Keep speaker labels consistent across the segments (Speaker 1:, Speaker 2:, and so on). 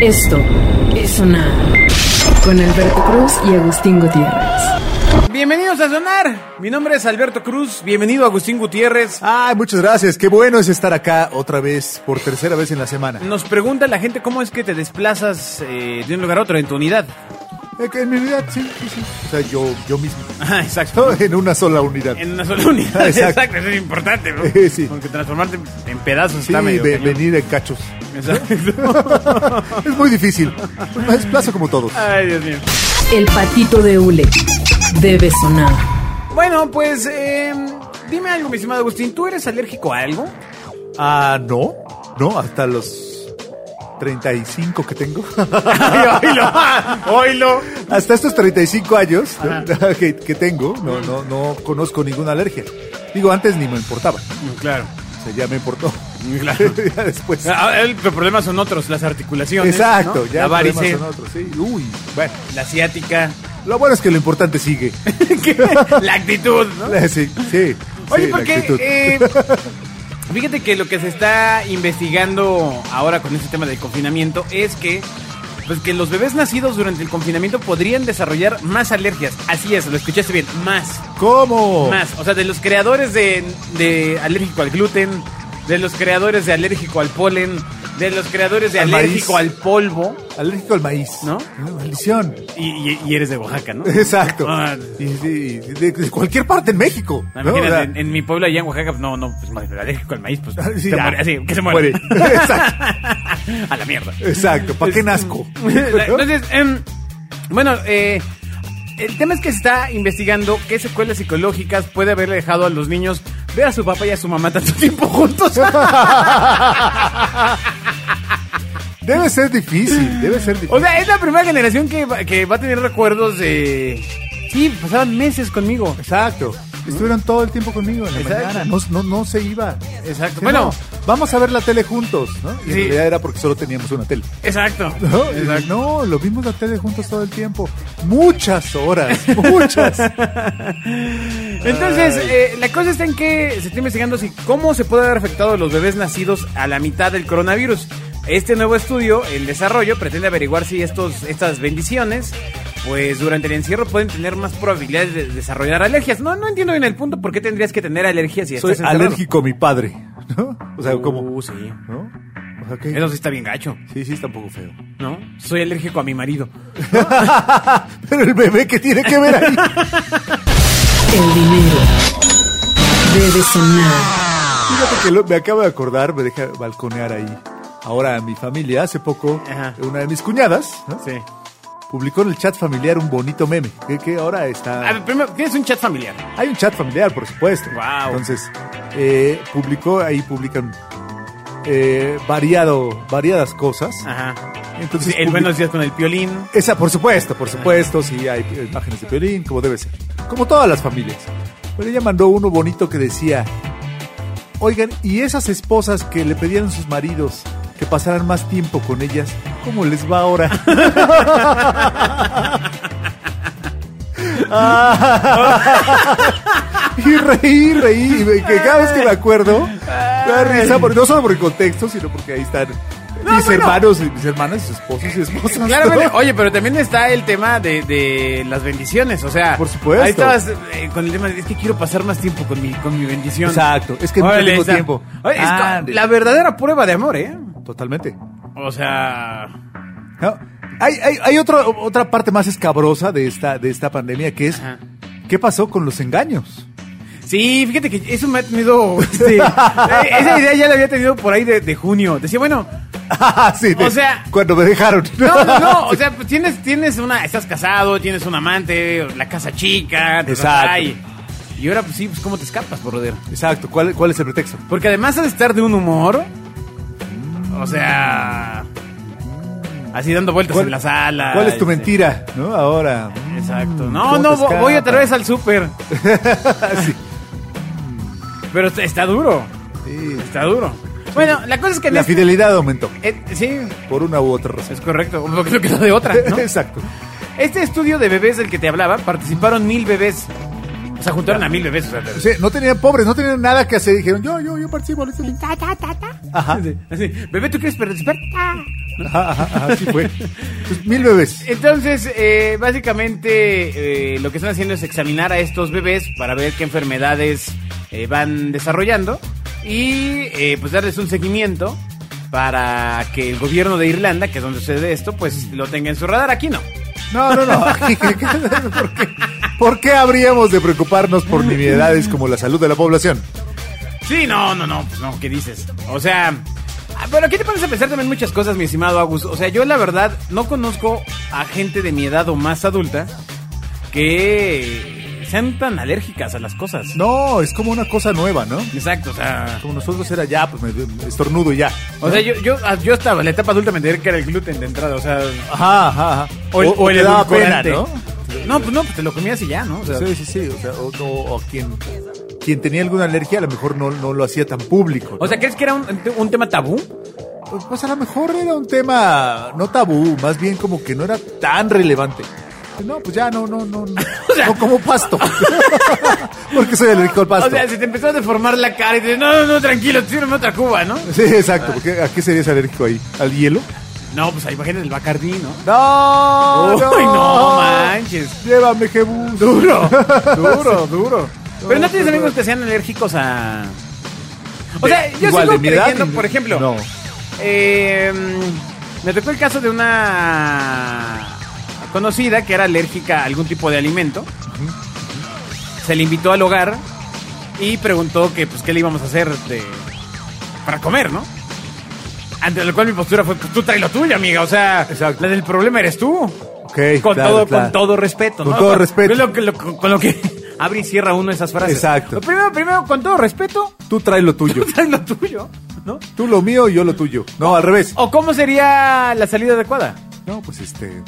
Speaker 1: Esto es Sonar con Alberto Cruz y Agustín Gutiérrez.
Speaker 2: Bienvenidos a Sonar. Mi nombre es Alberto Cruz. Bienvenido Agustín Gutiérrez.
Speaker 3: Ay, muchas gracias. Qué bueno es estar acá otra vez, por tercera vez en la semana.
Speaker 2: Nos pregunta la gente cómo es que te desplazas eh, de un lugar a otro en tu unidad.
Speaker 3: Eh, que En mi unidad, sí, sí, sí. O sea, yo, yo mismo.
Speaker 2: Ajá, Ah, exacto.
Speaker 3: ¿no? En una sola unidad.
Speaker 2: En una sola unidad. Exacto,
Speaker 3: Exacto.
Speaker 2: eso es importante, ¿no?
Speaker 3: Eh, sí.
Speaker 2: Porque transformarte en pedazos
Speaker 3: Sí,
Speaker 2: está medio.
Speaker 3: ve-
Speaker 2: cañón.
Speaker 3: venir en cachos.
Speaker 2: Exacto.
Speaker 3: Es muy difícil. Me desplazo como todos.
Speaker 2: Ay, Dios mío.
Speaker 1: El patito de hule debe sonar.
Speaker 2: Bueno, pues eh, dime algo, mi estimado Agustín. ¿Tú eres alérgico a algo?
Speaker 3: Ah, no. No, hasta los 35 que tengo.
Speaker 2: oílo, oílo.
Speaker 3: Hasta estos 35 años ¿no? que, que tengo, no, no, no conozco ninguna alergia. Digo, antes ni me importaba.
Speaker 2: Mm, Claro.
Speaker 3: O sea, ya me importó.
Speaker 2: Claro.
Speaker 3: ya después.
Speaker 2: Ah, El problema son otros, las articulaciones.
Speaker 3: Exacto,
Speaker 2: ¿no?
Speaker 3: ya
Speaker 2: la
Speaker 3: el problema
Speaker 2: varice,
Speaker 3: son otros, sí. Uy, bueno.
Speaker 2: la ciática,
Speaker 3: Lo bueno es que lo importante sigue.
Speaker 2: la actitud, ¿no?
Speaker 3: Sí, sí.
Speaker 2: Oye,
Speaker 3: sí, la
Speaker 2: porque
Speaker 3: actitud.
Speaker 2: eh, fíjate que lo que se está investigando ahora con este tema del confinamiento es que pues que los bebés nacidos durante el confinamiento podrían desarrollar más alergias. Así es, lo escuchaste bien, más,
Speaker 3: ¿Cómo?
Speaker 2: más. O sea, de los creadores de, de alérgico al gluten, de los creadores de alérgico al polen, de los creadores de
Speaker 3: Al maíz.
Speaker 2: alérgico al polvo.
Speaker 3: Alérgico al maíz.
Speaker 2: ¿No?
Speaker 3: Ah, Maldición.
Speaker 2: Y, y- y eres de Oaxaca, ¿no?
Speaker 3: Exacto.
Speaker 2: Ah,
Speaker 3: Y, y- de, de cualquier parte en México.
Speaker 2: No,
Speaker 3: ¿no?
Speaker 2: imagínate,
Speaker 3: O sea, Ah,
Speaker 2: en, en mi pueblo allá en Oaxaca, pues, no, no, pues madre, alérgico al maíz, pues
Speaker 3: sí,
Speaker 2: se
Speaker 3: ya.
Speaker 2: muere, así, que se muere.
Speaker 3: Muere. Exacto.
Speaker 2: a la mierda.
Speaker 3: Exacto. ¿Para qué nazco?
Speaker 2: Entonces, em, bueno, eh, el tema es que se está investigando qué secuelas psicológicas puede haberle dejado a los niños ver a su papá y a su mamá tanto tiempo juntos.
Speaker 3: Debe ser difícil, debe ser difícil.
Speaker 2: O sea, es la primera generación que va, que va a tener recuerdos de... Sí, pasaban meses conmigo.
Speaker 3: Exacto. Estuvieron todo el tiempo conmigo en la
Speaker 2: Exacto.
Speaker 3: mañana. No, no, no se iba.
Speaker 2: Exacto.
Speaker 3: Bueno,
Speaker 2: Bueno,
Speaker 3: vamos a ver la tele juntos, ¿no? Y
Speaker 2: Sí.
Speaker 3: en realidad era porque solo teníamos una tele.
Speaker 2: exacto.
Speaker 3: ¿no? Y No, lo vimos la tele juntos todo el tiempo. Muchas horas, muchas.
Speaker 2: Entonces, eh, la cosa está en que se está investigando si cómo se puede haber afectado a los bebés nacidos a la mitad del coronavirus. Este nuevo estudio, el desarrollo, pretende averiguar si estos, estas bendiciones, pues durante el encierro pueden tener más probabilidades de desarrollar alergias. No, no entiendo bien el punto, ¿por qué tendrías que tener alergias si
Speaker 3: Soy
Speaker 2: estás encerrado?
Speaker 3: alérgico a mi padre, ¿no? O sea, como...
Speaker 2: Uh, sí.
Speaker 3: ¿No? O sea,
Speaker 2: Eso
Speaker 3: que...
Speaker 2: sí está bien gacho,
Speaker 3: Sí, sí, está un poco feo.
Speaker 2: ¿no? Soy alérgico a mi marido.
Speaker 3: Pero el bebé que tiene que ver ahí.
Speaker 1: El dinero debe sonar.
Speaker 3: Fíjate que lo- me acabo de acordar, me deja balconear ahí. Ahora, mi familia, hace poco,
Speaker 2: Ajá.
Speaker 3: una de mis cuñadas ¿no?
Speaker 2: Sí.
Speaker 3: publicó en el chat familiar un bonito meme. Que, que ahora está...
Speaker 2: A ver, primero, tienes un chat familiar.
Speaker 3: Hay un chat familiar, por supuesto.
Speaker 2: Guau.
Speaker 3: Entonces, eh, publicó, ahí publican eh, variado, variadas cosas.
Speaker 2: Ajá.
Speaker 3: Entonces,
Speaker 2: el
Speaker 3: public-
Speaker 2: buenos días con el piolín.
Speaker 3: Esa, por supuesto, por supuesto, sí hay imágenes de Piolín, como debe ser. Como todas las familias. Pero ella mandó uno bonito que decía, oigan, ¿y esas esposas que le pedían a sus maridos que pasaran más tiempo con ellas, cómo les va ahora? y reí, reí, y me- que cada vez que me acuerdo, me da risa, porque- no solo por el contexto, sino porque ahí están mis
Speaker 2: bueno.
Speaker 3: hermanos, y mis hermanas, y sus esposos y esposas. ¿no?
Speaker 2: Pues Claramente, oye, pero también está el tema de, de las bendiciones, o sea,
Speaker 3: Por supuesto.
Speaker 2: Ahí estabas eh, con el tema de, es que quiero pasar más tiempo con mi, con mi bendición.
Speaker 3: Exacto, es que no tengo
Speaker 2: está.
Speaker 3: tiempo.
Speaker 2: Oye, es
Speaker 3: Ah,
Speaker 2: co-
Speaker 3: de-
Speaker 2: la verdadera prueba de amor, ¿eh?
Speaker 3: Totalmente.
Speaker 2: O sea,
Speaker 3: No, Hay, hay, hay otro- otra parte más escabrosa de esta, de esta pandemia que es
Speaker 2: Ajá.
Speaker 3: ¿qué pasó con los engaños?
Speaker 2: sí, fíjate que eso me ha tenido, este, eh, esa idea ya la había tenido por ahí de, de junio. Decía, bueno,
Speaker 3: Sí, de-
Speaker 2: O sea-
Speaker 3: cuando me dejaron.
Speaker 2: no, no, no, o sea, pues tienes, tienes una, estás casado, tienes un amante, la casa chica, ta, ta, ta,
Speaker 3: Exacto.
Speaker 2: Y, y ahora, pues sí, pues cómo te escapas, brother.
Speaker 3: Exacto, ¿cuál, cuál es el pretexto?
Speaker 2: Porque además has de estar de un humor. O sea. Así dando vueltas
Speaker 3: ¿Cuál-
Speaker 2: en la sala.
Speaker 3: ¿Cuál es tu
Speaker 2: este,
Speaker 3: mentira? ¿No? Ahora.
Speaker 2: Exacto.
Speaker 3: Mm,
Speaker 2: No,
Speaker 3: ¿cómo
Speaker 2: no,
Speaker 3: te
Speaker 2: vo- voy otra
Speaker 3: escapas?
Speaker 2: vez al súper.
Speaker 3: Sí.
Speaker 2: Pero está, está duro.
Speaker 3: Sí.
Speaker 2: Está duro. Bueno, la cosa es que. en
Speaker 3: La
Speaker 2: este-
Speaker 3: fidelidad aumentó,
Speaker 2: eh, sí,
Speaker 3: por una u otra razón.
Speaker 2: es correcto. Porque no quedó de otra, ¿no?
Speaker 3: Exacto.
Speaker 2: Este estudio de bebés del que te hablaba, participaron mil bebés. O sea, juntaron a mil bebés. O sea,
Speaker 3: O sea, no tenían pobres, no tenían nada este que hacer. Dijeron, yo, yo, yo participo. listo.
Speaker 4: Ta ta ta ta.
Speaker 3: Ajá.
Speaker 2: así, Bebé, ¿tú quieres participar?
Speaker 3: Ajá, ajá, así fue. Pues, mil bebés.
Speaker 2: Entonces, eh, básicamente eh, lo que están haciendo es examinar a estos bebés para ver qué enfermedades eh, van desarrollando y eh, pues darles un seguimiento para que el gobierno de Irlanda, que es donde sucede esto, pues lo tenga en su radar. Aquí no.
Speaker 3: No, no, no. ¿Por qué, por qué habríamos de preocuparnos por nimiedades como la salud de la población?
Speaker 2: Sí, no, no, no, pues, no, ¿qué dices? O sea, ah, pero aquí te pones a pensar también muchas cosas, mi estimado Agus. O sea, yo la verdad no conozco a gente de mi edad o más adulta que sean tan alérgicas a las cosas.
Speaker 3: No, es como una cosa nueva, ¿no?
Speaker 2: Exacto, o sea...
Speaker 3: Como nosotros era ya, pues me estornudo y ya.
Speaker 2: O sea, yo, yo, ah, yo estaba en la etapa adulta me enteré que era el gluten de entrada, o sea...
Speaker 3: Ajá, ajá, ajá.
Speaker 2: O el, o el
Speaker 3: te daba pena,
Speaker 2: edulcorante.
Speaker 3: ¿no?
Speaker 2: No, pues no, pues te lo comías y ya, ¿no? O sea,
Speaker 3: Sí, sí, sí. O sea, o, o- o quien, quien tenía alguna alergia a lo mejor no, no lo hacía tan público. ¿no?
Speaker 2: o sea, ¿crees que era un, un tema tabú?
Speaker 3: Pues a lo mejor era un tema no tabú, más bien como que no era tan relevante. No, pues ya no, no, no, no,
Speaker 2: sea-
Speaker 3: no como pasto. Porque soy alérgico al pasto.
Speaker 2: O sea, se te empezó a deformar la cara y te dices, no, no, no, tranquilo, sírveme otra cuba, ¿no?
Speaker 3: Sí, exacto. Porque ¿A qué serías alérgico ahí? ¿Al hielo?
Speaker 2: No, pues ahí imagínate el Bacardí, ¿no?
Speaker 3: No,
Speaker 2: Uy, no manches.
Speaker 3: Llévame, Jebus. Duro, duro, duro.
Speaker 2: Pero no tienes amigos que sean alérgicos a... O
Speaker 3: De-
Speaker 2: sea, yo
Speaker 3: igual, de
Speaker 2: sigo
Speaker 3: mi edad,
Speaker 2: creyendo,
Speaker 3: ni-
Speaker 2: por ejemplo...
Speaker 3: no.
Speaker 2: eh, mm, me tocó el caso de una conocida que era alérgica a algún tipo de alimento. Se le invitó al hogar y preguntó que, pues, qué le íbamos a hacer de- para comer, ¿no? Ante lo cual mi postura fue, pues, tú trae lo tuyo, amiga. O sea,
Speaker 3: Exacto.
Speaker 2: la del problema eres tú.
Speaker 3: Ok,
Speaker 2: Con,
Speaker 3: claro,
Speaker 2: todo,
Speaker 3: claro.
Speaker 2: con todo respeto,
Speaker 3: Con
Speaker 2: ¿no?
Speaker 3: todo respeto.
Speaker 2: Con lo, que- lo- con lo que abre y cierra uno esas frases.
Speaker 3: Exacto.
Speaker 2: Primero, primero, con todo respeto,
Speaker 3: Tú traes lo tuyo.
Speaker 2: trae lo tuyo, ¿no?
Speaker 3: Tú lo mío y yo lo tuyo. No, al revés.
Speaker 2: ¿O cómo sería la salida adecuada?
Speaker 3: No, pues este.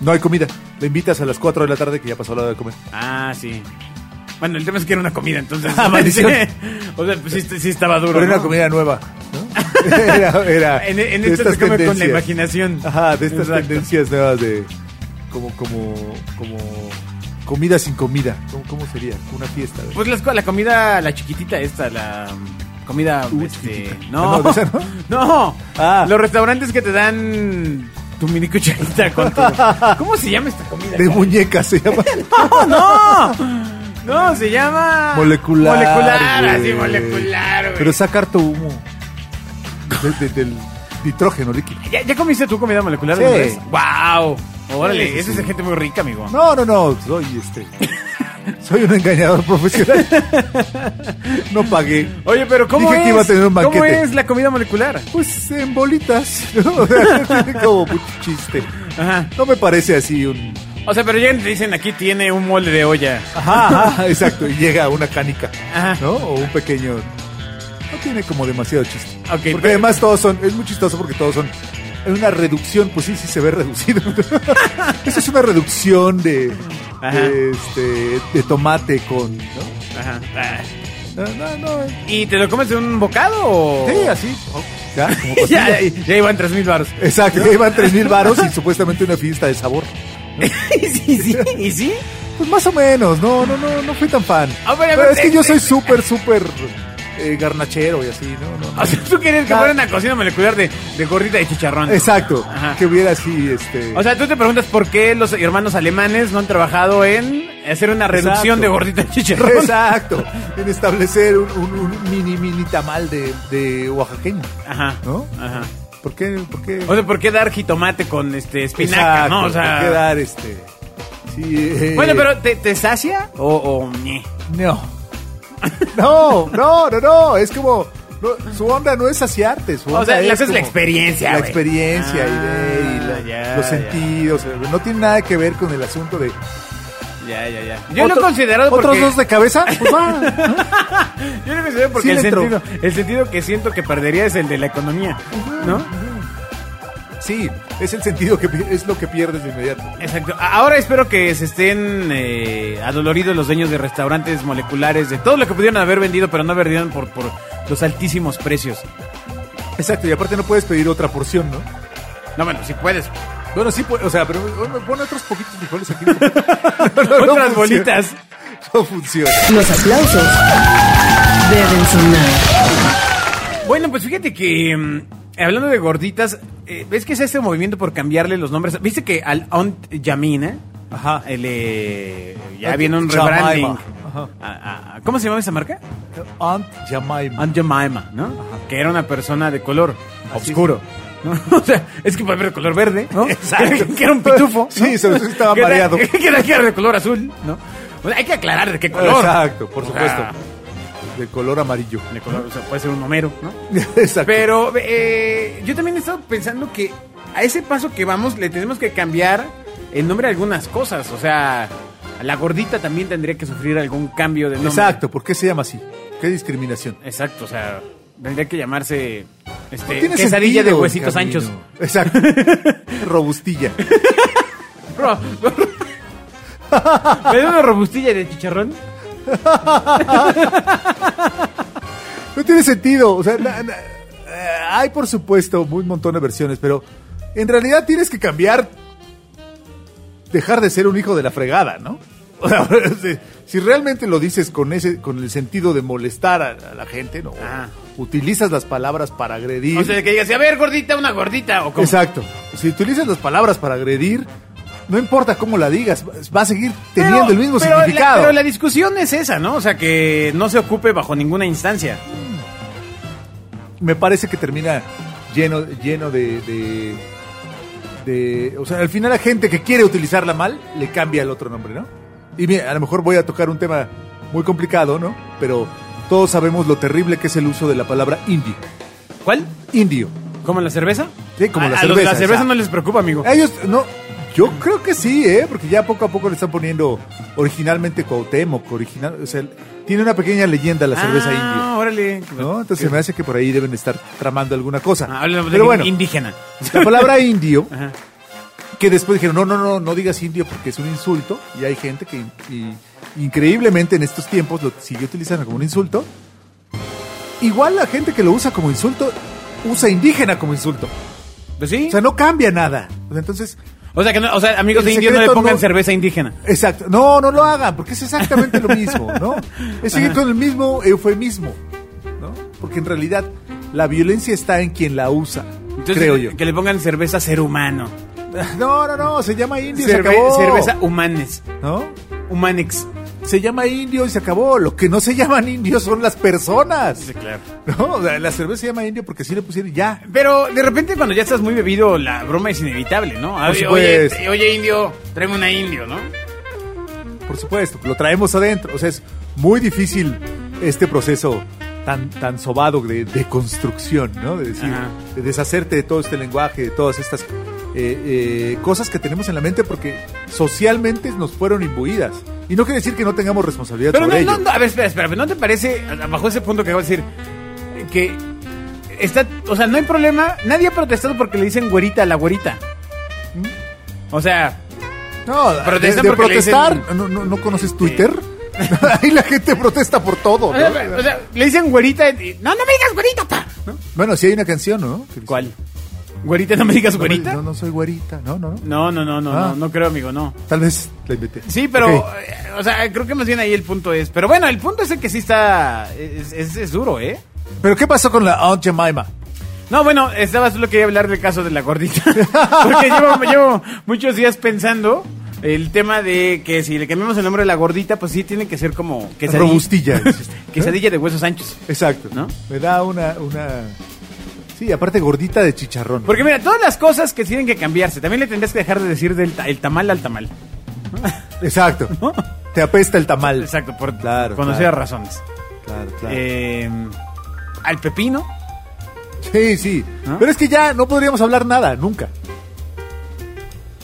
Speaker 3: No hay comida. Le invitas a las 4 de la tarde que ya pasó la hora de comer.
Speaker 2: Ah, sí. Bueno, el tema es que era una comida, entonces.
Speaker 3: Ah, maldición.
Speaker 2: o sea, pues sí, sí estaba duro.
Speaker 3: Pero
Speaker 2: ¿no?
Speaker 3: era una comida nueva. ¿no? Era, era
Speaker 2: En, e, en
Speaker 3: de
Speaker 2: esto
Speaker 3: estas
Speaker 2: se come con la
Speaker 3: tendencias.
Speaker 2: imaginación.
Speaker 3: Ajá, de estas
Speaker 2: Exacto.
Speaker 3: tendencias nuevas de. Como, como, como. Comida sin comida. ¿Cómo, cómo sería? Una fiesta.
Speaker 2: Pues las co- la, comida, la chiquitita esta, la mm, comida,
Speaker 3: Uh,
Speaker 2: este,
Speaker 3: chiquitita.
Speaker 2: no,
Speaker 3: No, de esa no.
Speaker 2: no,
Speaker 3: Ah.
Speaker 2: los restaurantes que te dan tu mini cucharita con tu, ¿cómo se llama esta comida?
Speaker 3: De muñecas se llama.
Speaker 2: no, no, no, se llama
Speaker 3: molecular.
Speaker 2: molecular, así
Speaker 3: güey.
Speaker 2: molecular, güey.
Speaker 3: Pero sacar tu humo. de- de- del nitrógeno líquido.
Speaker 2: ¿Ya, ya comiste tu comida molecular?
Speaker 3: Sí.
Speaker 2: Wow, órale,
Speaker 3: Sí, sí,
Speaker 2: eso es
Speaker 3: sí.
Speaker 2: de gente muy rica, amigo.
Speaker 3: No, no, no, soy este. Soy un engañador profesional. No pagué.
Speaker 2: Oye, pero ¿cómo
Speaker 3: Dije
Speaker 2: es?
Speaker 3: que iba a tener un
Speaker 2: ¿Cómo
Speaker 3: banquete.
Speaker 2: es la comida molecular?
Speaker 3: Pues en bolitas. ¿no? O sea, tiene como mucho chiste.
Speaker 2: Ajá.
Speaker 3: No me parece así un.
Speaker 2: O sea, pero llegan y te dicen, aquí tiene un mole de olla.
Speaker 3: Ajá, ajá, exacto. Y llega una canica.
Speaker 2: Ajá.
Speaker 3: ¿No? O un pequeño. No tiene como demasiado chiste.
Speaker 2: Ok,
Speaker 3: porque
Speaker 2: pero-
Speaker 3: además todos son. Es muy chistoso porque todos son. Es una reducción, pues sí, sí se ve reducido. Esa es una reducción de.
Speaker 2: Ajá.
Speaker 3: de, este, de tomate con. ¿no?
Speaker 2: Ajá. Ah.
Speaker 3: No, no, no.
Speaker 2: ¿Y te lo comes de un bocado o...?
Speaker 3: Sí, así. oh, Ya, como
Speaker 2: ya,
Speaker 3: pastillas.
Speaker 2: ya iban 3.000 baros.
Speaker 3: Exacto, ya iban 3.000 varos y supuestamente una fiesta de sabor.
Speaker 2: ¿Y sí, sí? ¿Y sí?
Speaker 3: Pues más o menos, no, no, no, no fui tan fan.
Speaker 2: Ah, pero,
Speaker 3: Pero es
Speaker 2: eh,
Speaker 3: que
Speaker 2: eh,
Speaker 3: yo soy súper, súper eh, garnachero y así, ¿no? no, no.
Speaker 2: O sea, tú querías que
Speaker 3: Ah.
Speaker 2: fuera una cocina molecular de, de gordita de chicharrón.
Speaker 3: Exacto,
Speaker 2: Ah, Ajá.
Speaker 3: que hubiera así, este...
Speaker 2: O sea, tú te preguntas por qué los hermanos alemanes no han trabajado en hacer una reducción
Speaker 3: Exacto.
Speaker 2: de gordita de chicharrón.
Speaker 3: Exacto, en establecer un, un- un mini, mini tamal de, de oaxaqueño,
Speaker 2: Ajá.
Speaker 3: ¿no?
Speaker 2: Ajá.
Speaker 3: ¿Por qué? ¿Por qué?
Speaker 2: Ah. O sea, ¿por qué dar jitomate con este espinaca,
Speaker 3: Exacto,
Speaker 2: no? O sea,
Speaker 3: ¿por qué dar este...? Sí, eh,
Speaker 2: Bueno, pero ¿te, te sacia o, o ñe?
Speaker 3: No. No, no, no, no. Es como. no, su onda no es saciarte. Su
Speaker 2: O
Speaker 3: onda
Speaker 2: sea, le haces
Speaker 3: como
Speaker 2: la experiencia,
Speaker 3: La
Speaker 2: güey.
Speaker 3: experiencia y, ve, y
Speaker 2: Ah,
Speaker 3: la-
Speaker 2: ya, ya.
Speaker 3: los sentidos. eh, No tiene nada que ver con el asunto de.
Speaker 2: Ya, ya, ya. Yo lo he
Speaker 3: otro-
Speaker 2: considerado
Speaker 3: ¿Otros
Speaker 2: porque...
Speaker 3: dos de cabeza? Pues va.
Speaker 2: Yo lo he considerado porque
Speaker 3: Sí
Speaker 2: el,
Speaker 3: le entró.
Speaker 2: sentido, el sentido que siento que perdería es el de la economía, ¿no?
Speaker 3: Sí, es el sentido que pi- es lo que pierdes de inmediato.
Speaker 2: Exacto. A- Ahora espero que se estén eh, adoloridos los dueños de restaurantes moleculares, de todo lo que pudieron haber vendido, pero no vendieron por, por los altísimos precios.
Speaker 3: Exacto, y aparte no puedes pedir otra porción, ¿no?
Speaker 2: No, bueno, si puedes.
Speaker 3: Bueno, sí, pues, o sea, pero bueno, pon otros poquitos frijoles aquí. No, no, no
Speaker 2: Otras
Speaker 3: funciona.
Speaker 2: bolitas.
Speaker 3: No funciona.
Speaker 1: Los aplausos deben sonar.
Speaker 2: Bueno, pues fíjate que mm, Hablando de gorditas, eh, ¿ves que es este movimiento por cambiarle los nombres? ¿Viste que al Aunt Yamina?
Speaker 3: Ajá.
Speaker 2: le- ya
Speaker 3: Aunt
Speaker 2: viene un
Speaker 3: Jemima.
Speaker 2: rebranding.
Speaker 3: Ajá.
Speaker 2: A- a- ¿Cómo se llama esa marca?
Speaker 3: Aunt Jemima.
Speaker 2: Aunt Jemima, ¿no? Que era una persona de color
Speaker 3: Así
Speaker 2: oscuro. ¿no? O sea, es que puede haber color verde, ¿no?
Speaker 3: Exacto.
Speaker 2: Que, era un pitufo. ¿no?
Speaker 3: Sí, se- se estaba
Speaker 2: Que era-
Speaker 3: mareado.
Speaker 2: Que era, que era de color azul, ¿no? O sea, hay que aclarar de qué color.
Speaker 3: Exacto, por
Speaker 2: O
Speaker 3: supuesto.
Speaker 2: sea,
Speaker 3: De color amarillo.
Speaker 2: de color, o sea, puede ser un homero, ¿no?
Speaker 3: Exacto.
Speaker 2: Pero eh, yo también he estado pensando que a ese paso que vamos le tenemos que cambiar el nombre a algunas cosas. O sea, a la gordita también tendría que sufrir algún cambio de nombre.
Speaker 3: Exacto, ¿por qué se llama así? ¿Qué discriminación?
Speaker 2: Exacto, o sea, tendría que llamarse este,
Speaker 3: Tiene
Speaker 2: quesadilla de
Speaker 3: sentido,
Speaker 2: huesitos
Speaker 3: Camino.
Speaker 2: anchos.
Speaker 3: Exacto. Robustilla.
Speaker 2: Bro, ¿Me da una robustilla de chicharrón?
Speaker 3: No tiene sentido. O sea, na- na- eh, hay por supuesto un montón de versiones, pero en realidad tienes que cambiar. Dejar de ser un hijo de la fregada, ¿no? O sea, si- si realmente lo dices con ese, con el sentido de molestar a, a la gente, ¿no?
Speaker 2: Ah.
Speaker 3: Utilizas las palabras para agredir.
Speaker 2: O sea, que digas, a ver, gordita, una gordita, o como...
Speaker 3: Exacto. Si utilizas las palabras para agredir, no importa cómo la digas, va a seguir
Speaker 2: Pero-
Speaker 3: teniendo el mismo
Speaker 2: pero la-
Speaker 3: significado.
Speaker 2: pero la discusión es esa, ¿no? O sea, que no se ocupe bajo ninguna instancia.
Speaker 3: me parece que termina lleno, lleno de, de, de- O sea, al final la gente que quiere utilizarla mal le cambia el otro nombre, ¿no? Y mira, a lo mejor voy a tocar un tema muy complicado, ¿no? Pero todos sabemos lo terrible que es el uso de la palabra indio.
Speaker 2: ¿Cuál?
Speaker 3: Indio.
Speaker 2: ¿Como la cerveza?
Speaker 3: Sí, como
Speaker 2: A-
Speaker 3: la
Speaker 2: a los de
Speaker 3: cerveza, Eh,
Speaker 2: la cerveza
Speaker 3: exacto.
Speaker 2: no les preocupa, amigo.
Speaker 3: Ellos, no, yo creo que sí, ¿eh? Porque ya poco a poco le están poniendo originalmente Cuauhtémoc, original, o sea, tiene una pequeña leyenda la cerveza
Speaker 2: ah,
Speaker 3: indio.
Speaker 2: órale.
Speaker 3: ¿No? Entonces me hace que por ahí deben estar tramando alguna cosa.
Speaker 2: Ah, hablamos de
Speaker 3: Pero bueno,
Speaker 2: indígena.
Speaker 3: la palabra indio
Speaker 2: Ajá.
Speaker 3: que después dijeron, no, no, no, no digas indio porque es un insulto. Y hay gente que y- increíblemente en estos tiempos lo sigue utilizando como un insulto. Igual la gente que lo usa como insulto, usa indígena como insulto.
Speaker 2: Pues sí.
Speaker 3: O sea, no cambia nada. Pues entonces,
Speaker 2: O sea, que no- o sea, amigos
Speaker 3: el
Speaker 2: de indios no le
Speaker 3: secreto
Speaker 2: pongan
Speaker 3: no-
Speaker 2: cerveza indígena.
Speaker 3: exacto. No, no lo hagan porque es exactamente lo mismo, ¿no? Es seguir con el mismo eufemismo, ¿no? Porque en realidad la violencia está en quien la usa,
Speaker 2: Entonces, eh,
Speaker 3: creo yo.
Speaker 2: Que le pongan cerveza ser humano.
Speaker 3: No, no, no, se llama indio, se
Speaker 2: Cerve-
Speaker 3: acabó.
Speaker 2: cerveza humanes.
Speaker 3: ¿No?
Speaker 2: Humanex.
Speaker 3: se llama indio y se acabó. Lo que no se llaman indios son las personas.
Speaker 2: claro.
Speaker 3: No, O sea, la cerveza se llama indio porque sí le pusieron ya.
Speaker 2: Pero de repente cuando ya estás muy bebido, la broma es inevitable, ¿no? Ah,
Speaker 3: Por
Speaker 2: oye,
Speaker 3: supuesto.
Speaker 2: te- oye, indio, tráeme una indio, ¿no?
Speaker 3: Por supuesto, lo traemos adentro. O sea, es muy difícil este proceso tan, tan sobado de, de construcción, ¿no? De decir,
Speaker 2: Ajá.
Speaker 3: de deshacerte de todo este lenguaje, de todas estas eh, eh, cosas que tenemos en la mente porque socialmente nos fueron imbuidas. Y no quiere decir que no tengamos responsabilidad
Speaker 2: Pero no,
Speaker 3: sobre
Speaker 2: no,
Speaker 3: ello.
Speaker 2: no, a ver, espera, espera, ¿no te parece, a- bajo ese punto que acabo de decir, que está, o sea, no hay problema, nadie ha protestado porque le dicen güerita a la güerita. O sea,
Speaker 3: No, de-
Speaker 2: Protestan
Speaker 3: de,
Speaker 2: porque le dicen-
Speaker 3: protestar. ¿No, no, no conoces Twitter? Ahí la gente protesta por todo.
Speaker 2: o
Speaker 3: ¿no?
Speaker 2: sea, Eh, o sea, le dicen güerita, y- no, no me digas güerita, pa. ¿No?
Speaker 3: Bueno, sí hay una canción, ¿no? Que dice,
Speaker 2: ¿Cuál? Güerita, no me digas
Speaker 3: "No,
Speaker 2: güerita.
Speaker 3: No, no soy güerita. No, no, no.
Speaker 2: No, no, no, no,
Speaker 3: Ah.
Speaker 2: no, no creo, amigo, no.
Speaker 3: Tal vez la inventé.
Speaker 2: Sí, pero,
Speaker 3: Ok.
Speaker 2: eh, o sea, creo que más bien ahí el punto es. Pero bueno, el punto es el que sí está, es, es- es duro, ¿eh?
Speaker 3: ¿Pero qué pasó con la Aunt Jemima?
Speaker 2: No, bueno, estaba solo quería hablar del caso de la gordita. Porque llevo, llevo muchos días pensando el tema de que si le cambiamos el nombre a la gordita, pues sí tiene que ser como quesadilla.
Speaker 3: Robustilla, dijiste, ¿eh?
Speaker 2: quesadilla de huesos anchos.
Speaker 3: Exacto.
Speaker 2: ¿No?
Speaker 3: Me da una, una. Sí, aparte gordita de chicharrón.
Speaker 2: Porque mira, todas las cosas que tienen que cambiarse, también le tendrías que dejar de decir del ta- el tamal al tamal.
Speaker 3: Exacto.
Speaker 2: ¿No?
Speaker 3: Te apesta el tamal.
Speaker 2: Exacto, por
Speaker 3: Claro,
Speaker 2: conocer
Speaker 3: claro.
Speaker 2: razones.
Speaker 3: Claro, claro.
Speaker 2: Eh, al pepino.
Speaker 3: Sí, sí.
Speaker 2: ¿No?
Speaker 3: Pero es que ya no podríamos hablar nada, nunca.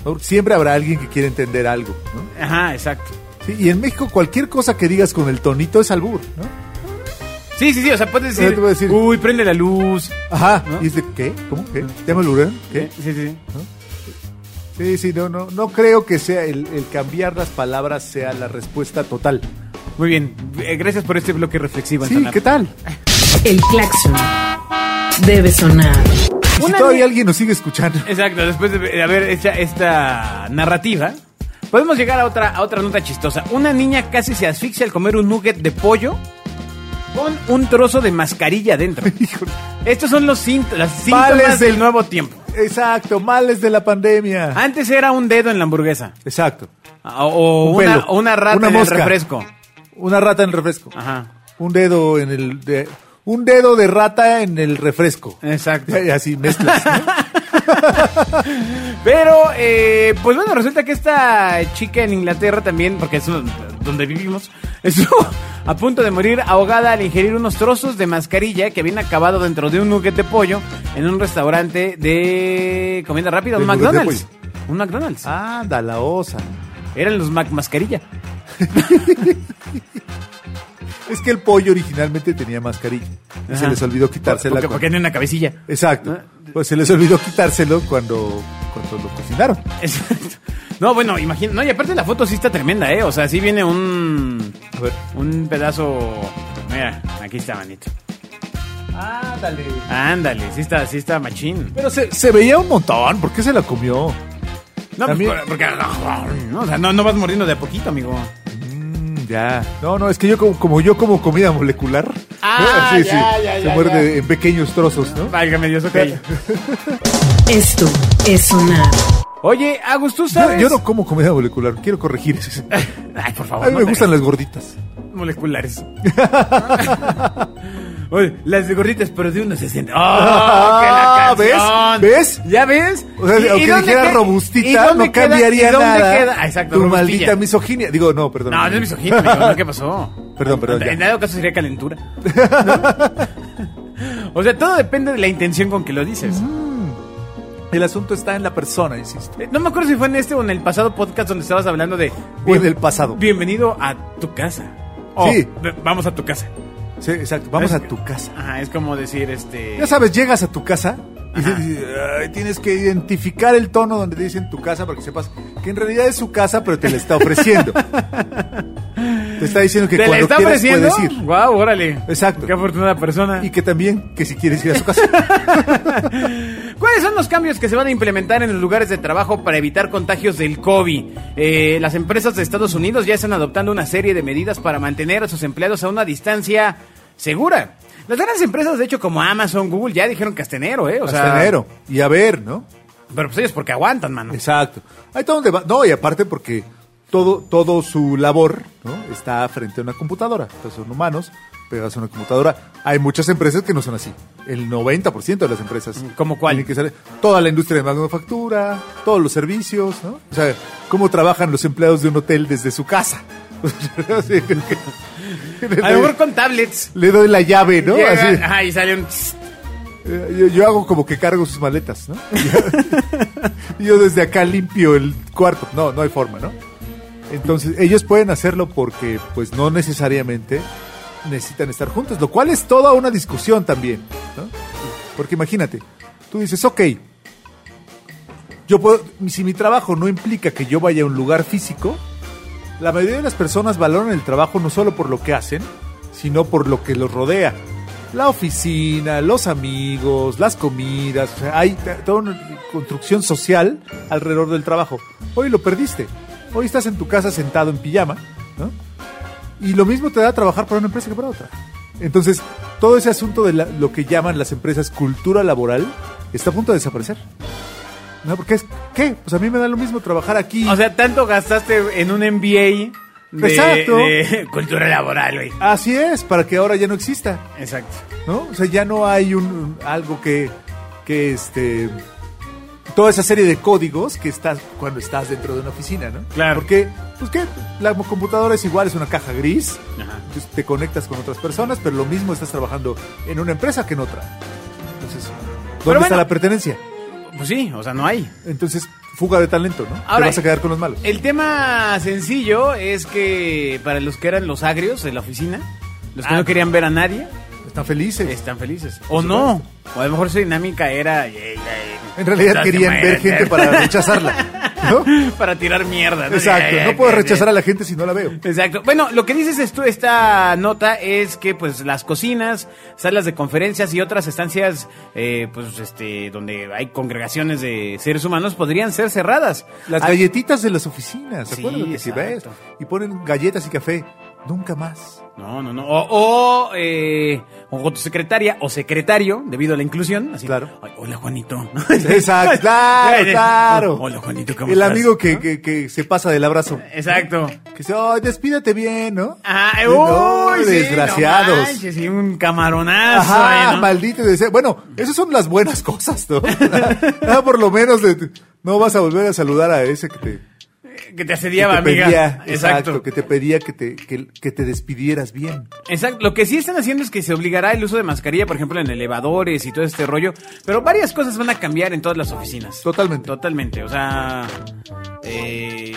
Speaker 3: ¿No? Siempre habrá alguien que quiera entender algo, ¿no?
Speaker 2: Ajá, exacto.
Speaker 3: Sí, y en México cualquier cosa que digas con el tonito es albur, ¿no?
Speaker 2: Sí, sí, sí, o sea, puedes
Speaker 3: Yo
Speaker 2: decir,
Speaker 3: te voy a decir-
Speaker 2: uy, prende la luz.
Speaker 3: Ajá.
Speaker 2: ¿No?
Speaker 3: Y es de, ¿qué? ¿Cómo? ¿Qué? ¿Te llamo albur, eh? ¿Qué?
Speaker 2: Sí, sí, sí.
Speaker 3: Sí, sí, no, no, no creo que sea el, el cambiar las palabras sea la respuesta total.
Speaker 2: Muy bien, eh, gracias por este bloque reflexivo.
Speaker 3: Sí,
Speaker 2: Antonio.
Speaker 3: ¿qué tal?
Speaker 1: El claxon debe sonar.
Speaker 3: Y Si
Speaker 2: Una
Speaker 3: todavía
Speaker 2: ni-
Speaker 3: alguien nos sigue escuchando.
Speaker 2: Exacto, después de de haber hecho esta narrativa, podemos llegar a otra, a otra nota chistosa. Una niña casi se asfixia al comer un nugget de pollo Pon un trozo de mascarilla dentro.
Speaker 3: Híjole.
Speaker 2: Estos son los síntomas, las síntomas
Speaker 3: Males
Speaker 2: del
Speaker 3: del-
Speaker 2: nuevo tiempo.
Speaker 3: Exacto, males de la pandemia.
Speaker 2: Antes era un dedo en la hamburguesa.
Speaker 3: Exacto.
Speaker 2: O, o
Speaker 3: Un
Speaker 2: una,
Speaker 3: pelo.
Speaker 2: o una rata
Speaker 3: Una
Speaker 2: en el
Speaker 3: mosca.
Speaker 2: refresco.
Speaker 3: Una rata en el refresco.
Speaker 2: Ajá.
Speaker 3: Un dedo en el de- un dedo de rata en el refresco.
Speaker 2: Exacto.
Speaker 3: Y Así mezclas. ¿no?
Speaker 2: Pero, eh, pues bueno, resulta que esta chica en Inglaterra también, porque es un- donde vivimos, estuvo a punto de morir ahogada al ingerir unos trozos de mascarilla que habían acabado dentro de un nugget de pollo en un restaurante de comida rápida, un
Speaker 3: De nugget de
Speaker 2: McDonald's. Un McDonald's.
Speaker 3: Anda, la osa.
Speaker 2: Eran los Mac Mascarilla.
Speaker 3: Es que el pollo originalmente tenía mascarilla. Y se
Speaker 2: Ajá.
Speaker 3: les olvidó quitársela.
Speaker 2: Porque,
Speaker 3: cuando-
Speaker 2: porque tiene una cabecilla.
Speaker 3: Exacto.
Speaker 2: Ah.
Speaker 3: Pues se les olvidó quitárselo cuando, cuando lo cocinaron.
Speaker 2: Exacto. No, bueno, imagina. No, y aparte la foto sí está tremenda, ¿eh? O sea, sí viene un.
Speaker 3: A ver.
Speaker 2: Un pedazo. Mira, aquí está, manito.
Speaker 3: Ándale.
Speaker 2: Ándale, sí está, sí está machín.
Speaker 3: Pero se, se veía un montón. ¿Por qué se la comió?
Speaker 2: No,
Speaker 3: También-
Speaker 2: pues, porque. No, o sea, no, no vas mordiendo de a poquito, amigo.
Speaker 3: Mm, ya. No, no, es que yo como, como yo como comida molecular.
Speaker 2: Ah, ya,
Speaker 3: Sí, sí.
Speaker 2: ya,
Speaker 3: Se
Speaker 2: ya,
Speaker 3: muerde en pequeños trozos, ¿no?
Speaker 2: Válgame Dios, ok.
Speaker 1: Esto es sonar.
Speaker 2: Oye, Agus, ¿tú
Speaker 3: Yo,
Speaker 2: sabes?
Speaker 3: yo no como comida molecular. Quiero corregir eso.
Speaker 2: Ay, por favor.
Speaker 3: A mí
Speaker 2: no
Speaker 3: me
Speaker 2: te
Speaker 3: gustan
Speaker 2: hagas.
Speaker 3: las gorditas.
Speaker 2: moleculares. Oye, las de gorditas, pero de uno se siente. ¡Ah! qué la
Speaker 3: Ah,
Speaker 2: canción!
Speaker 3: ¿ves? ¿Ves?
Speaker 2: ¿Ya ves?
Speaker 3: O sea, aunque
Speaker 2: dónde
Speaker 3: dijera
Speaker 2: queda- y
Speaker 3: robustita,
Speaker 2: dónde
Speaker 3: no
Speaker 2: queda-
Speaker 3: cambiaría
Speaker 2: y dónde
Speaker 3: nada.
Speaker 2: queda- Ah, exacto,
Speaker 3: tu
Speaker 2: robustilla.
Speaker 3: maldita misoginia. Digo, no, perdón.
Speaker 2: No, no es misoginia, amigo, ¿no? ¿Qué pasó?
Speaker 3: Perdón, perdón, ya.
Speaker 2: En dado caso sería calentura. ¿No? O sea, todo depende de la intención con que lo dices.
Speaker 3: El asunto está en la persona, insisto.
Speaker 2: Eh, No me acuerdo si fue en este o en el pasado podcast donde estabas hablando de.
Speaker 3: O en el pasado.
Speaker 2: Bienvenido a tu casa. O,
Speaker 3: Sí.
Speaker 2: "Ve- Vamos a tu casa.
Speaker 3: Sí, exacto. Vamos
Speaker 2: Es-
Speaker 3: a tu casa.
Speaker 2: Ajá, es como decir este.
Speaker 3: Ya sabes, llegas a tu casa y
Speaker 2: Ajá.
Speaker 3: dices, "Ay, tienes que identificar el tono donde te dicen tu casa para que sepas que en realidad es su casa, pero te la está ofreciendo. te está diciendo que
Speaker 2: ¿Te la
Speaker 3: cuando
Speaker 2: está
Speaker 3: quieras
Speaker 2: ofreciendo?
Speaker 3: puedes ir.
Speaker 2: Guau, órale.
Speaker 3: Exacto.
Speaker 2: Qué afortunada persona.
Speaker 3: Y que también, que si quieres ir a su casa.
Speaker 2: ¿Cuáles son los cambios que se van a implementar en los lugares de trabajo para evitar contagios del COVID? Eh, las empresas de Estados Unidos ya están adoptando una serie de medidas para mantener a sus empleados a una distancia segura. Las grandes empresas, de hecho, como Amazon, Google, ya dijeron que hasta enero, ¿eh? O sea,
Speaker 3: Hasta enero. Y a ver, ¿no?
Speaker 2: Pero pues ellos porque aguantan, mano.
Speaker 3: Exacto. Ahí está donde va. No, y aparte porque todo, todo su labor ¿no? está frente a una computadora. Entonces son humanos, pegas a una computadora. Hay muchas empresas que no son así. El 90% de las empresas.
Speaker 2: Mm, ¿Cómo cuál?
Speaker 3: tienen que ser- toda la industria de manufactura, todos los servicios, ¿no? O sea, cómo trabajan los empleados de un hotel desde su casa. Sí.
Speaker 2: A lo mejor con tablets.
Speaker 3: Le doy la llave, ¿no?
Speaker 2: Llegan,
Speaker 3: Así.
Speaker 2: ajá, y sale un...
Speaker 3: Eh, Yo, yo hago como que cargo sus maletas, ¿no? Y yo desde acá limpio el cuarto. No, no hay forma, ¿no? Entonces, ellos pueden hacerlo porque, pues, no necesariamente necesitan estar juntos, lo cual es toda una discusión también, ¿no? Porque imagínate, tú dices, ok, yo puedo, si mi trabajo no implica que yo vaya a un lugar físico, la mayoría de las personas valoran el trabajo no solo por lo que hacen, sino por lo que los rodea. La oficina, los amigos, las comidas, o sea, hay t- toda una construcción social alrededor del trabajo. Hoy lo perdiste. Hoy estás en tu casa sentado en pijama, ¿no? Y lo mismo te da trabajar para una empresa que para otra. Entonces, todo ese asunto de la- lo que llaman las empresas cultura laboral está a punto de desaparecer. ¿No? Porque es, ¿qué? Pues a mí me da lo mismo trabajar aquí.
Speaker 2: O sea, tanto gastaste en un MBA de,
Speaker 3: Exacto.
Speaker 2: de cultura laboral, güey.
Speaker 3: Así es, para que ahora ya no exista.
Speaker 2: Exacto.
Speaker 3: ¿no? O sea, ya no hay un, un- algo que, que este toda esa serie de códigos que estás cuando estás dentro de una oficina, ¿no?
Speaker 2: Claro.
Speaker 3: Porque pues que la computadora es igual, es una caja gris.
Speaker 2: Ajá.
Speaker 3: Entonces, te conectas con otras personas, pero lo mismo estás trabajando en una empresa que en otra. Entonces, ¿dónde
Speaker 2: Pero
Speaker 3: está
Speaker 2: bueno.
Speaker 3: la pertenencia?
Speaker 2: Pues sí, o sea, no hay.
Speaker 3: Entonces, fuga de talento, ¿no?
Speaker 2: Ahora- eh,
Speaker 3: te vas a quedar con los malos.
Speaker 2: El tema sencillo es que para los que eran los agrios de la oficina, los que
Speaker 3: Ah.
Speaker 2: no querían ver a nadie,
Speaker 3: Están felices.
Speaker 2: están felices. O no. O a lo mejor su dinámica era... En
Speaker 3: En realidad querían ver gente para rechazarla, ¿no?
Speaker 2: para tirar mierda. ¿no?
Speaker 3: Exacto, no puedo rechazar a la gente si no la veo.
Speaker 2: Exacto. Bueno, lo que dices esto, esta nota es que pues las cocinas, salas de conferencias y otras estancias eh, pues este donde hay congregaciones de seres humanos podrían ser cerradas.
Speaker 3: Las
Speaker 2: Ah,
Speaker 3: galletitas de las oficinas, ¿se
Speaker 2: Sí,
Speaker 3: acuerdan? Que si ves
Speaker 2: exacto.
Speaker 3: y ponen galletas y café. Nunca más.
Speaker 2: No, no, no. O, o, eh, o con tu secretaria o secretario, debido a la inclusión. Así,
Speaker 3: Claro.
Speaker 2: "Ay, hola, Juanito.
Speaker 3: Exacto, claro,
Speaker 2: Eh, eh,
Speaker 3: claro.
Speaker 2: Hola, Juanito, ¿cómo
Speaker 3: El
Speaker 2: estás?
Speaker 3: amigo que,
Speaker 2: ¿No?
Speaker 3: que- que se pasa del abrazo.
Speaker 2: Exacto.
Speaker 3: Que dice, "Ay, despídete bien, ¿no?
Speaker 2: Ah,
Speaker 3: Sí,
Speaker 2: uy,
Speaker 3: no,
Speaker 2: sí,
Speaker 3: desgraciados.
Speaker 2: no manches, sí, un camaronazo.
Speaker 3: Ajá,
Speaker 2: ahí, ¿no?
Speaker 3: maldito deseo. Bueno, esas son las buenas cosas, ¿no? Ah, por lo menos de- no vas a volver a saludar a ese que te,
Speaker 2: Que te
Speaker 3: que
Speaker 2: asediaba,
Speaker 3: te
Speaker 2: amiga.
Speaker 3: pedía.
Speaker 2: exacto.
Speaker 3: que te pedía que te, que- que te despidieras bien.
Speaker 2: Exacto, lo que sí están haciendo es que se obligará el uso de mascarilla, por ejemplo, en elevadores y todo este rollo, pero varias cosas van a cambiar en todas las oficinas.
Speaker 3: Totalmente.
Speaker 2: Totalmente, o sea, eh,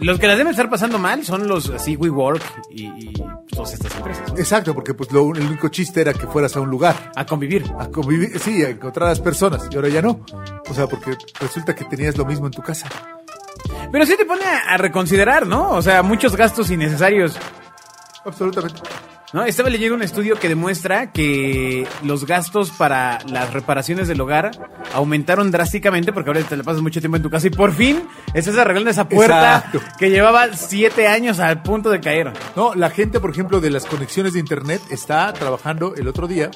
Speaker 2: los que las deben estar pasando mal son los así WeWork y, y todas estas empresas. ¿no?
Speaker 3: Exacto, porque pues lo, el único chiste era que fueras a un lugar.
Speaker 2: A convivir.
Speaker 3: A convivir, sí, a encontrar a las personas. Y ahora ya no. O sea, porque resulta que tenías lo mismo en tu casa.
Speaker 2: Pero sí te pone a, a reconsiderar, ¿no? O sea, muchos gastos innecesarios.
Speaker 3: Absolutamente.
Speaker 2: ¿No? Estaba leyendo un estudio que demuestra que los gastos para las reparaciones del hogar aumentaron drásticamente porque ahora te la pasas mucho tiempo en tu casa y por fin estás arreglando esa puerta
Speaker 3: Exacto.
Speaker 2: que llevaba siete años al punto de caer.
Speaker 3: No, la gente, por ejemplo, de las conexiones de internet está trabajando el otro día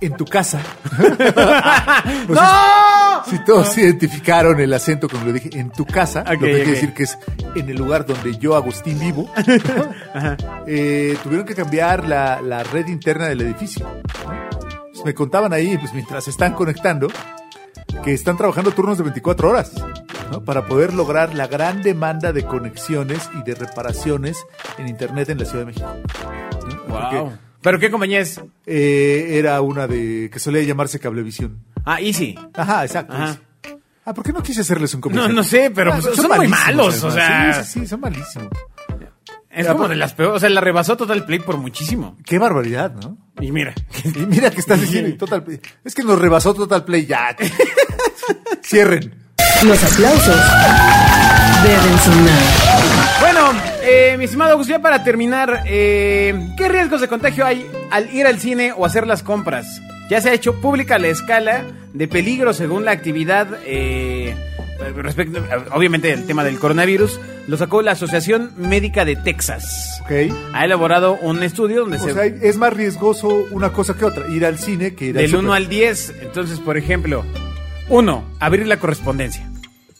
Speaker 3: en tu casa. Pues
Speaker 2: ¡No!
Speaker 3: Si todos identificaron el acento como lo dije, en tu casa,
Speaker 2: Ok,
Speaker 3: lo que
Speaker 2: ok.
Speaker 3: quiere decir que es en el lugar donde yo, Agustín, vivo, eh, tuvieron que cambiar la, la red interna del edificio. Pues me contaban ahí, pues mientras están conectando, que están trabajando turnos de 24 horas ¿no? para poder lograr la gran demanda de conexiones y de reparaciones en Internet en la Ciudad de México. ¿no?
Speaker 2: Wow.
Speaker 3: Porque,
Speaker 2: ¿Pero qué compañía es?
Speaker 3: eh, era una de que solía llamarse Cablevisión.
Speaker 2: Ah, Easy.
Speaker 3: Ajá, exacto.
Speaker 2: Ajá.
Speaker 3: Ah, ¿por qué no quise hacerles un
Speaker 2: No,
Speaker 3: comercial?
Speaker 2: no sé, pero
Speaker 3: Ah,
Speaker 2: pues, son, muy
Speaker 3: malísimos,
Speaker 2: malos, o sea,
Speaker 3: además. Sí, sí, sí, son malísimos.
Speaker 2: es
Speaker 3: pues,
Speaker 2: como de las peores, o sea, la rebasó Total Play por muchísimo.
Speaker 3: Qué barbaridad, ¿no?
Speaker 2: Y mira,
Speaker 3: Y mira que estás diciendo y Total Play. Es que nos rebasó Total Play ya. Cierren.
Speaker 1: Los aplausos deben sonar.
Speaker 2: Bueno, eh, mi estimado Gus, ya para terminar, eh, ¿qué riesgos de contagio hay al ir al cine o hacer las compras? Ya se ha hecho pública la escala de peligro según la actividad, eh, respecto, obviamente, el tema del coronavirus, lo sacó la Asociación Médica de Texas.
Speaker 3: Ok.
Speaker 2: Ha elaborado un estudio donde
Speaker 3: O
Speaker 2: se...
Speaker 3: sea, es más riesgoso una cosa que otra. Ir al cine que ir al
Speaker 2: del 1
Speaker 3: súper.
Speaker 2: al 10, entonces, por ejemplo, 1, abrir la correspondencia.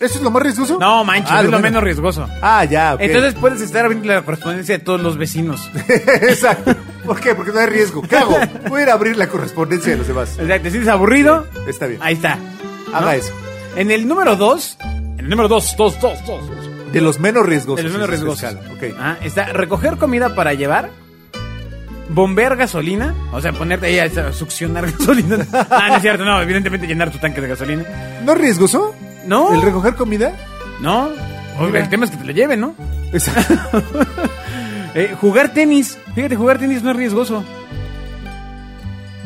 Speaker 3: ¿Eso es lo más riesgoso?
Speaker 2: No, manches,
Speaker 3: Ah,
Speaker 2: es lo menos riesgoso.
Speaker 3: Ah, ya, ok.
Speaker 2: Entonces puedes estar abriendo la correspondencia de todos los vecinos.
Speaker 3: Exacto. ¿Por qué? Porque no hay riesgo. ¿Qué hago? Voy a ir a abrir la correspondencia de los demás.
Speaker 2: O sea, te sientes aburrido.
Speaker 3: Está bien.
Speaker 2: Ahí está.
Speaker 3: Haga eso.
Speaker 2: En el número 2. En el número 2, 2, 2, 2.
Speaker 3: De los menos riesgosos.
Speaker 2: De los menos
Speaker 3: es esa
Speaker 2: riesgosos.
Speaker 3: escala, Ok.
Speaker 2: Ah, está recoger comida para llevar. Bombear gasolina. O sea, ponerte ahí a a succionar gasolina. Ah, no es cierto, no. Evidentemente llenar tu tanque de gasolina.
Speaker 3: ¿No riesgoso?
Speaker 2: No.
Speaker 3: ¿El recoger comida?
Speaker 2: No. Oye,
Speaker 3: Mira.
Speaker 2: el tema es que te lo lleven, ¿no?
Speaker 3: Exacto.
Speaker 2: Eh, jugar tenis. Fíjate, jugar tenis no es riesgoso.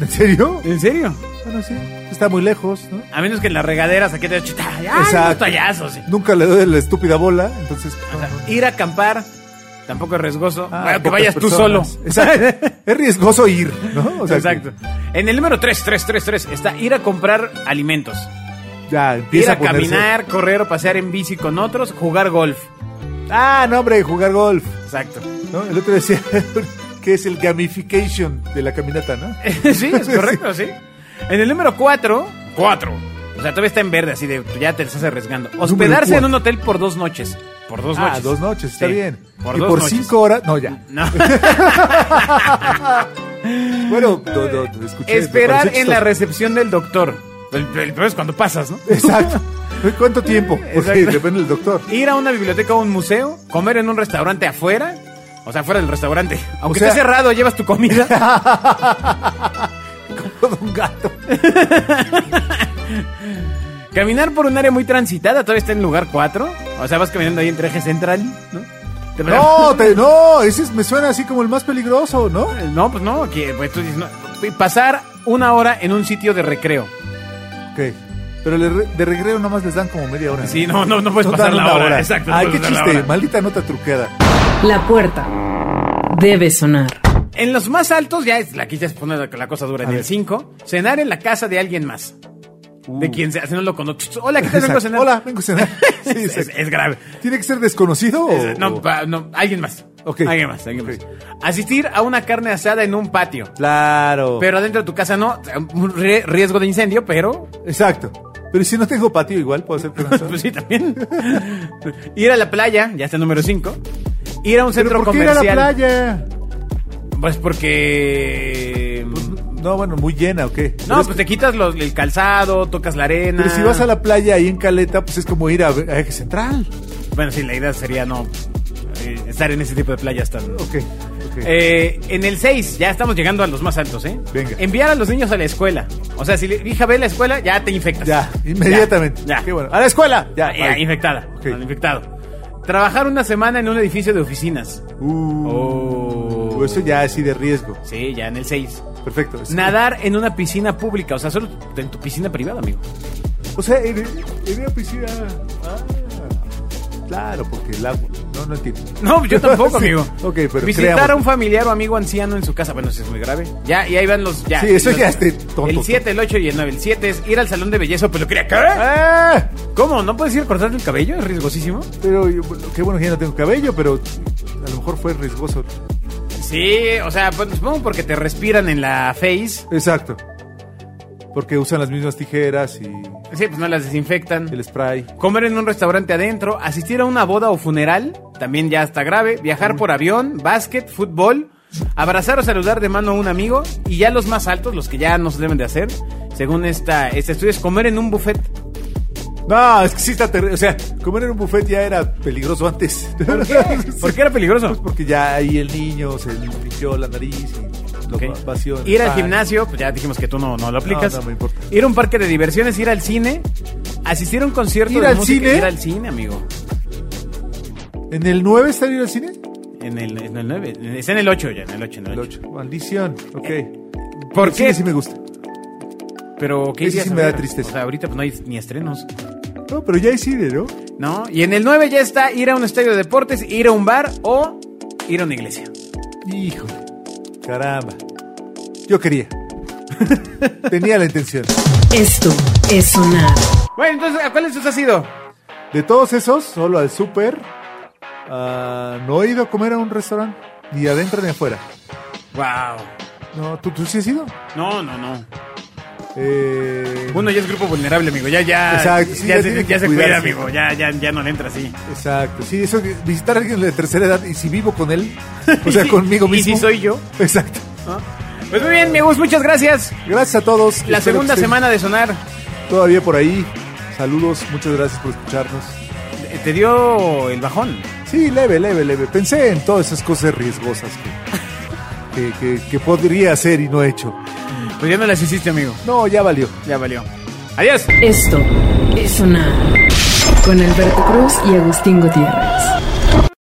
Speaker 3: ¿En serio?
Speaker 2: ¿En serio?
Speaker 3: Bueno, sí. Está muy lejos, ¿no?
Speaker 2: A menos que en las regaderas aquí te chita. ¡Ay, unos
Speaker 3: Exacto.
Speaker 2: toallazos!
Speaker 3: Nunca le doy la estúpida bola, entonces.
Speaker 2: O sea, ir a acampar tampoco es riesgoso.
Speaker 3: ah,
Speaker 2: Bueno, que
Speaker 3: pocas
Speaker 2: vayas tú solo.
Speaker 3: personas. Exacto. es riesgoso ir, ¿no? O sea,
Speaker 2: Exacto. En el número 3, 3, 3, 3 está ir a comprar alimentos.
Speaker 3: que Ya,
Speaker 2: Ir
Speaker 3: empieza
Speaker 2: a,
Speaker 3: a ponerse-
Speaker 2: caminar, correr o pasear en bici con otros, jugar golf.
Speaker 3: Ah, no, hombre, jugar golf.
Speaker 2: Exacto.
Speaker 3: ¿no? El otro decía que es el gamification de la caminata, ¿no?
Speaker 2: sí, es correcto, sí. En el número 4, 4. O sea, todavía está en verde, así de ya te estás arriesgando. Hospedarse en
Speaker 3: cuatro.
Speaker 2: un hotel por dos noches. Por dos
Speaker 3: Ah,
Speaker 2: noches.
Speaker 3: dos noches, está
Speaker 2: Sí,
Speaker 3: bien.
Speaker 2: Por
Speaker 3: y
Speaker 2: dos
Speaker 3: por
Speaker 2: noches.
Speaker 3: cinco horas. No, ya.
Speaker 2: No.
Speaker 3: Bueno, no, no, no, escuché. me
Speaker 2: Esperar
Speaker 3: pareció
Speaker 2: en la
Speaker 3: chistoso.
Speaker 2: recepción del doctor. El, el peor es cuando pasas, ¿no?
Speaker 3: Exacto. ¿Cuánto tiempo? Porque
Speaker 2: Exacto.
Speaker 3: depende del doctor.
Speaker 2: ir a una biblioteca o un museo, comer en un restaurante afuera, o sea, fuera del restaurante. Aunque
Speaker 3: O sea-
Speaker 2: esté cerrado, llevas tu comida.
Speaker 3: Todo un gato.
Speaker 2: Caminar por un área muy transitada, todavía está en lugar 4. O sea, vas caminando ahí en eje central, ¿no? Te-
Speaker 3: No, te- no, ese es- me suena así como el más peligroso, ¿no?
Speaker 2: No, pues no, que pues tú dices, no. Y Pasar una hora en un sitio de recreo.
Speaker 3: Ok. Pero le re- de recreo nomás les dan como media hora.
Speaker 2: Sí, no, no, no puedes
Speaker 3: No
Speaker 2: pasar
Speaker 3: dan
Speaker 2: la
Speaker 3: una
Speaker 2: hora. Exacto. no
Speaker 3: Ay, qué
Speaker 2: puedes pasar la
Speaker 3: chiste.
Speaker 2: hora.
Speaker 3: Maldita nota truqueada.
Speaker 1: La puerta debe sonar.
Speaker 2: En los más altos, ya es, aquí ya se pone la, la cosa dura,
Speaker 3: A
Speaker 2: en el
Speaker 3: ver.
Speaker 2: 5, cenar en la casa de alguien más. de quien sea, si no lo conozco. Hola, ¿qué tal? Vengo a
Speaker 3: Uh, Exacto.
Speaker 2: cenar.
Speaker 3: Hola, vengo a cenar. Sí,
Speaker 2: Es,
Speaker 3: exacto.
Speaker 2: es grave.
Speaker 3: ¿Tiene que ser desconocido o-
Speaker 2: Es- no,
Speaker 3: o-
Speaker 2: pa- no, alguien más.
Speaker 3: Ok.
Speaker 2: Alguien más, alguien
Speaker 3: Ok.
Speaker 2: más. Asistir a una carne asada en un patio.
Speaker 3: Claro.
Speaker 2: Pero adentro de tu casa no, un rie- riesgo de incendio, pero
Speaker 3: Exacto. Pero si no tengo patio, igual puedo hacer carne asada.
Speaker 2: pues sí también. ir a la playa, ya está número 5. Ir a un
Speaker 3: ¿Pero
Speaker 2: centro
Speaker 3: por qué ir a
Speaker 2: comercial.
Speaker 3: la playa?
Speaker 2: Pues porque
Speaker 3: No, bueno, muy llena, ¿o qué? Pero
Speaker 2: No,
Speaker 3: Pues,
Speaker 2: pues
Speaker 3: es que-
Speaker 2: te quitas los- el calzado, tocas la arena.
Speaker 3: Pero si vas a la playa ahí en Caleta, pues es como ir a, a Eje Central.
Speaker 2: Bueno, sí, la idea sería no eh, estar en ese tipo de playas tan.
Speaker 3: Ok, ok.
Speaker 2: Eh, en el 6, ya estamos llegando a los más altos, ¿eh?
Speaker 3: Venga.
Speaker 2: Enviar a los niños a la escuela. O sea, si la hija ve la escuela, ya te infectas.
Speaker 3: ya, inmediatamente.
Speaker 2: Ya. ya.
Speaker 3: Qué bueno. ¡A la escuela! Ya,
Speaker 2: Ya, ya,
Speaker 3: bye.
Speaker 2: infectada.
Speaker 3: Ok.
Speaker 2: Infectado. Trabajar una semana en un edificio de oficinas.
Speaker 3: Uh,
Speaker 2: Oh.
Speaker 3: Eso ya así de riesgo.
Speaker 2: Sí, ya en el 6.
Speaker 3: Perfecto. Es-
Speaker 2: Nadar en una piscina pública. O sea, solo en tu piscina privada, amigo.
Speaker 3: O sea, en, en una piscina. Ah, claro, porque el agua. No, no entiendo.
Speaker 2: No, yo tampoco,
Speaker 3: Sí.
Speaker 2: amigo.
Speaker 3: Ok, pero
Speaker 2: Visitar
Speaker 3: creamos.
Speaker 2: a un familiar o amigo anciano en su casa, bueno, eso es muy grave. Ya, y ahí van los. Ya,
Speaker 3: Sí, eso
Speaker 2: Los-
Speaker 3: ya esté tonto.
Speaker 2: El 7, el 8 y el 9. El 7 es ir al salón de belleza o peluquería. ¿Qué?
Speaker 3: ¡Ah!
Speaker 2: ¿Cómo? ¿No puedes ir a cortarte el cabello? Es riesgosísimo.
Speaker 3: Pero yo- qué bueno que ya no tengo cabello, pero a lo mejor fue riesgoso.
Speaker 2: Sí, o sea, bueno, supongo porque te respiran en la face.
Speaker 3: Exacto. Porque usan las mismas tijeras y
Speaker 2: Sí, pues no las desinfectan.
Speaker 3: el spray.
Speaker 2: Comer en un restaurante adentro, asistir a una boda o funeral, también ya está grave, viajar por avión, básquet, fútbol, abrazar o saludar de mano a un amigo y ya los más altos, los que ya no se deben de hacer, según esta, este estudio, es comer en un buffet.
Speaker 3: No, es que sí está terrible. O sea, comer en un buffet ya era peligroso antes. ¿Por
Speaker 2: ¿Por qué era peligroso?
Speaker 3: Porque ya ahí el niño se limpió la nariz y lo
Speaker 2: Ok.
Speaker 3: vació. en el
Speaker 2: Ir al
Speaker 3: pan.
Speaker 2: gimnasio, pues ya dijimos que tú no, no lo aplicas.
Speaker 3: no me importa.
Speaker 2: Ir a un parque de diversiones, ir al cine, asistir a un concierto
Speaker 3: ¿Ir
Speaker 2: de
Speaker 3: al
Speaker 2: música,
Speaker 3: cine?
Speaker 2: ir al cine, amigo.
Speaker 3: ¿En el 9 está ir al cine?
Speaker 2: En el, en el 9, está en el 8 ya, en el 8, en el
Speaker 3: El
Speaker 2: 8.
Speaker 3: 8. Maldición. Ok.
Speaker 2: Eh, ¿Por
Speaker 3: El cine
Speaker 2: qué?
Speaker 3: sí me gusta.
Speaker 2: Pero ¿qué
Speaker 3: Ese
Speaker 2: irías
Speaker 3: sí
Speaker 2: a
Speaker 3: me da
Speaker 2: ver?
Speaker 3: tristeza.
Speaker 2: O sea, ahorita pues, no hay ni estrenos.
Speaker 3: No, pero ya hay cine, ¿no?
Speaker 2: ¿no? Y en el 9 ya está ir a un estadio de deportes, ir a un bar o ir a una iglesia.
Speaker 3: Híjole. Caramba. Yo quería. Tenía la intención.
Speaker 1: Esto es sonar.
Speaker 2: Bueno, entonces, ¿a cuáles ha sido?
Speaker 3: De todos esos, solo al súper. ah, no he ido a comer a un restaurante. Ni adentro ni afuera.
Speaker 2: Wow.
Speaker 3: No, ¿tú, tú sí has ido?
Speaker 2: No, no, no.
Speaker 3: Eh,
Speaker 2: Uno ya es grupo vulnerable, amigo. Ya, ya.
Speaker 3: Exacto, sí,
Speaker 2: ya,
Speaker 3: ya
Speaker 2: se,
Speaker 3: tiene que
Speaker 2: ya se cuida,
Speaker 3: cuidarse.
Speaker 2: amigo. Ya, ya, ya no le entra así.
Speaker 3: Exacto, sí, eso que visitar a alguien de tercera edad y si vivo con él, o sea,
Speaker 2: Y si-
Speaker 3: conmigo
Speaker 2: y
Speaker 3: mismo.
Speaker 2: si soy yo.
Speaker 3: Exacto.
Speaker 2: ¿no? Pues muy bien, amigos. Muchas gracias.
Speaker 3: Gracias a todos.
Speaker 2: La
Speaker 3: Espero
Speaker 2: segunda
Speaker 3: que estén
Speaker 2: semana de sonar.
Speaker 3: Todavía por ahí. Saludos, muchas gracias por escucharnos.
Speaker 2: eh, Te dio el bajón.
Speaker 3: Sí, leve, leve, leve. Pensé en todas esas cosas riesgosas que, que, que- que podría hacer y no he hecho.
Speaker 2: Pues ya no las hiciste, amigo.
Speaker 3: No, ya valió.
Speaker 2: Ya valió. Adiós.
Speaker 1: Esto es sonar. Con Alberto Cruz y Agustín Gutiérrez.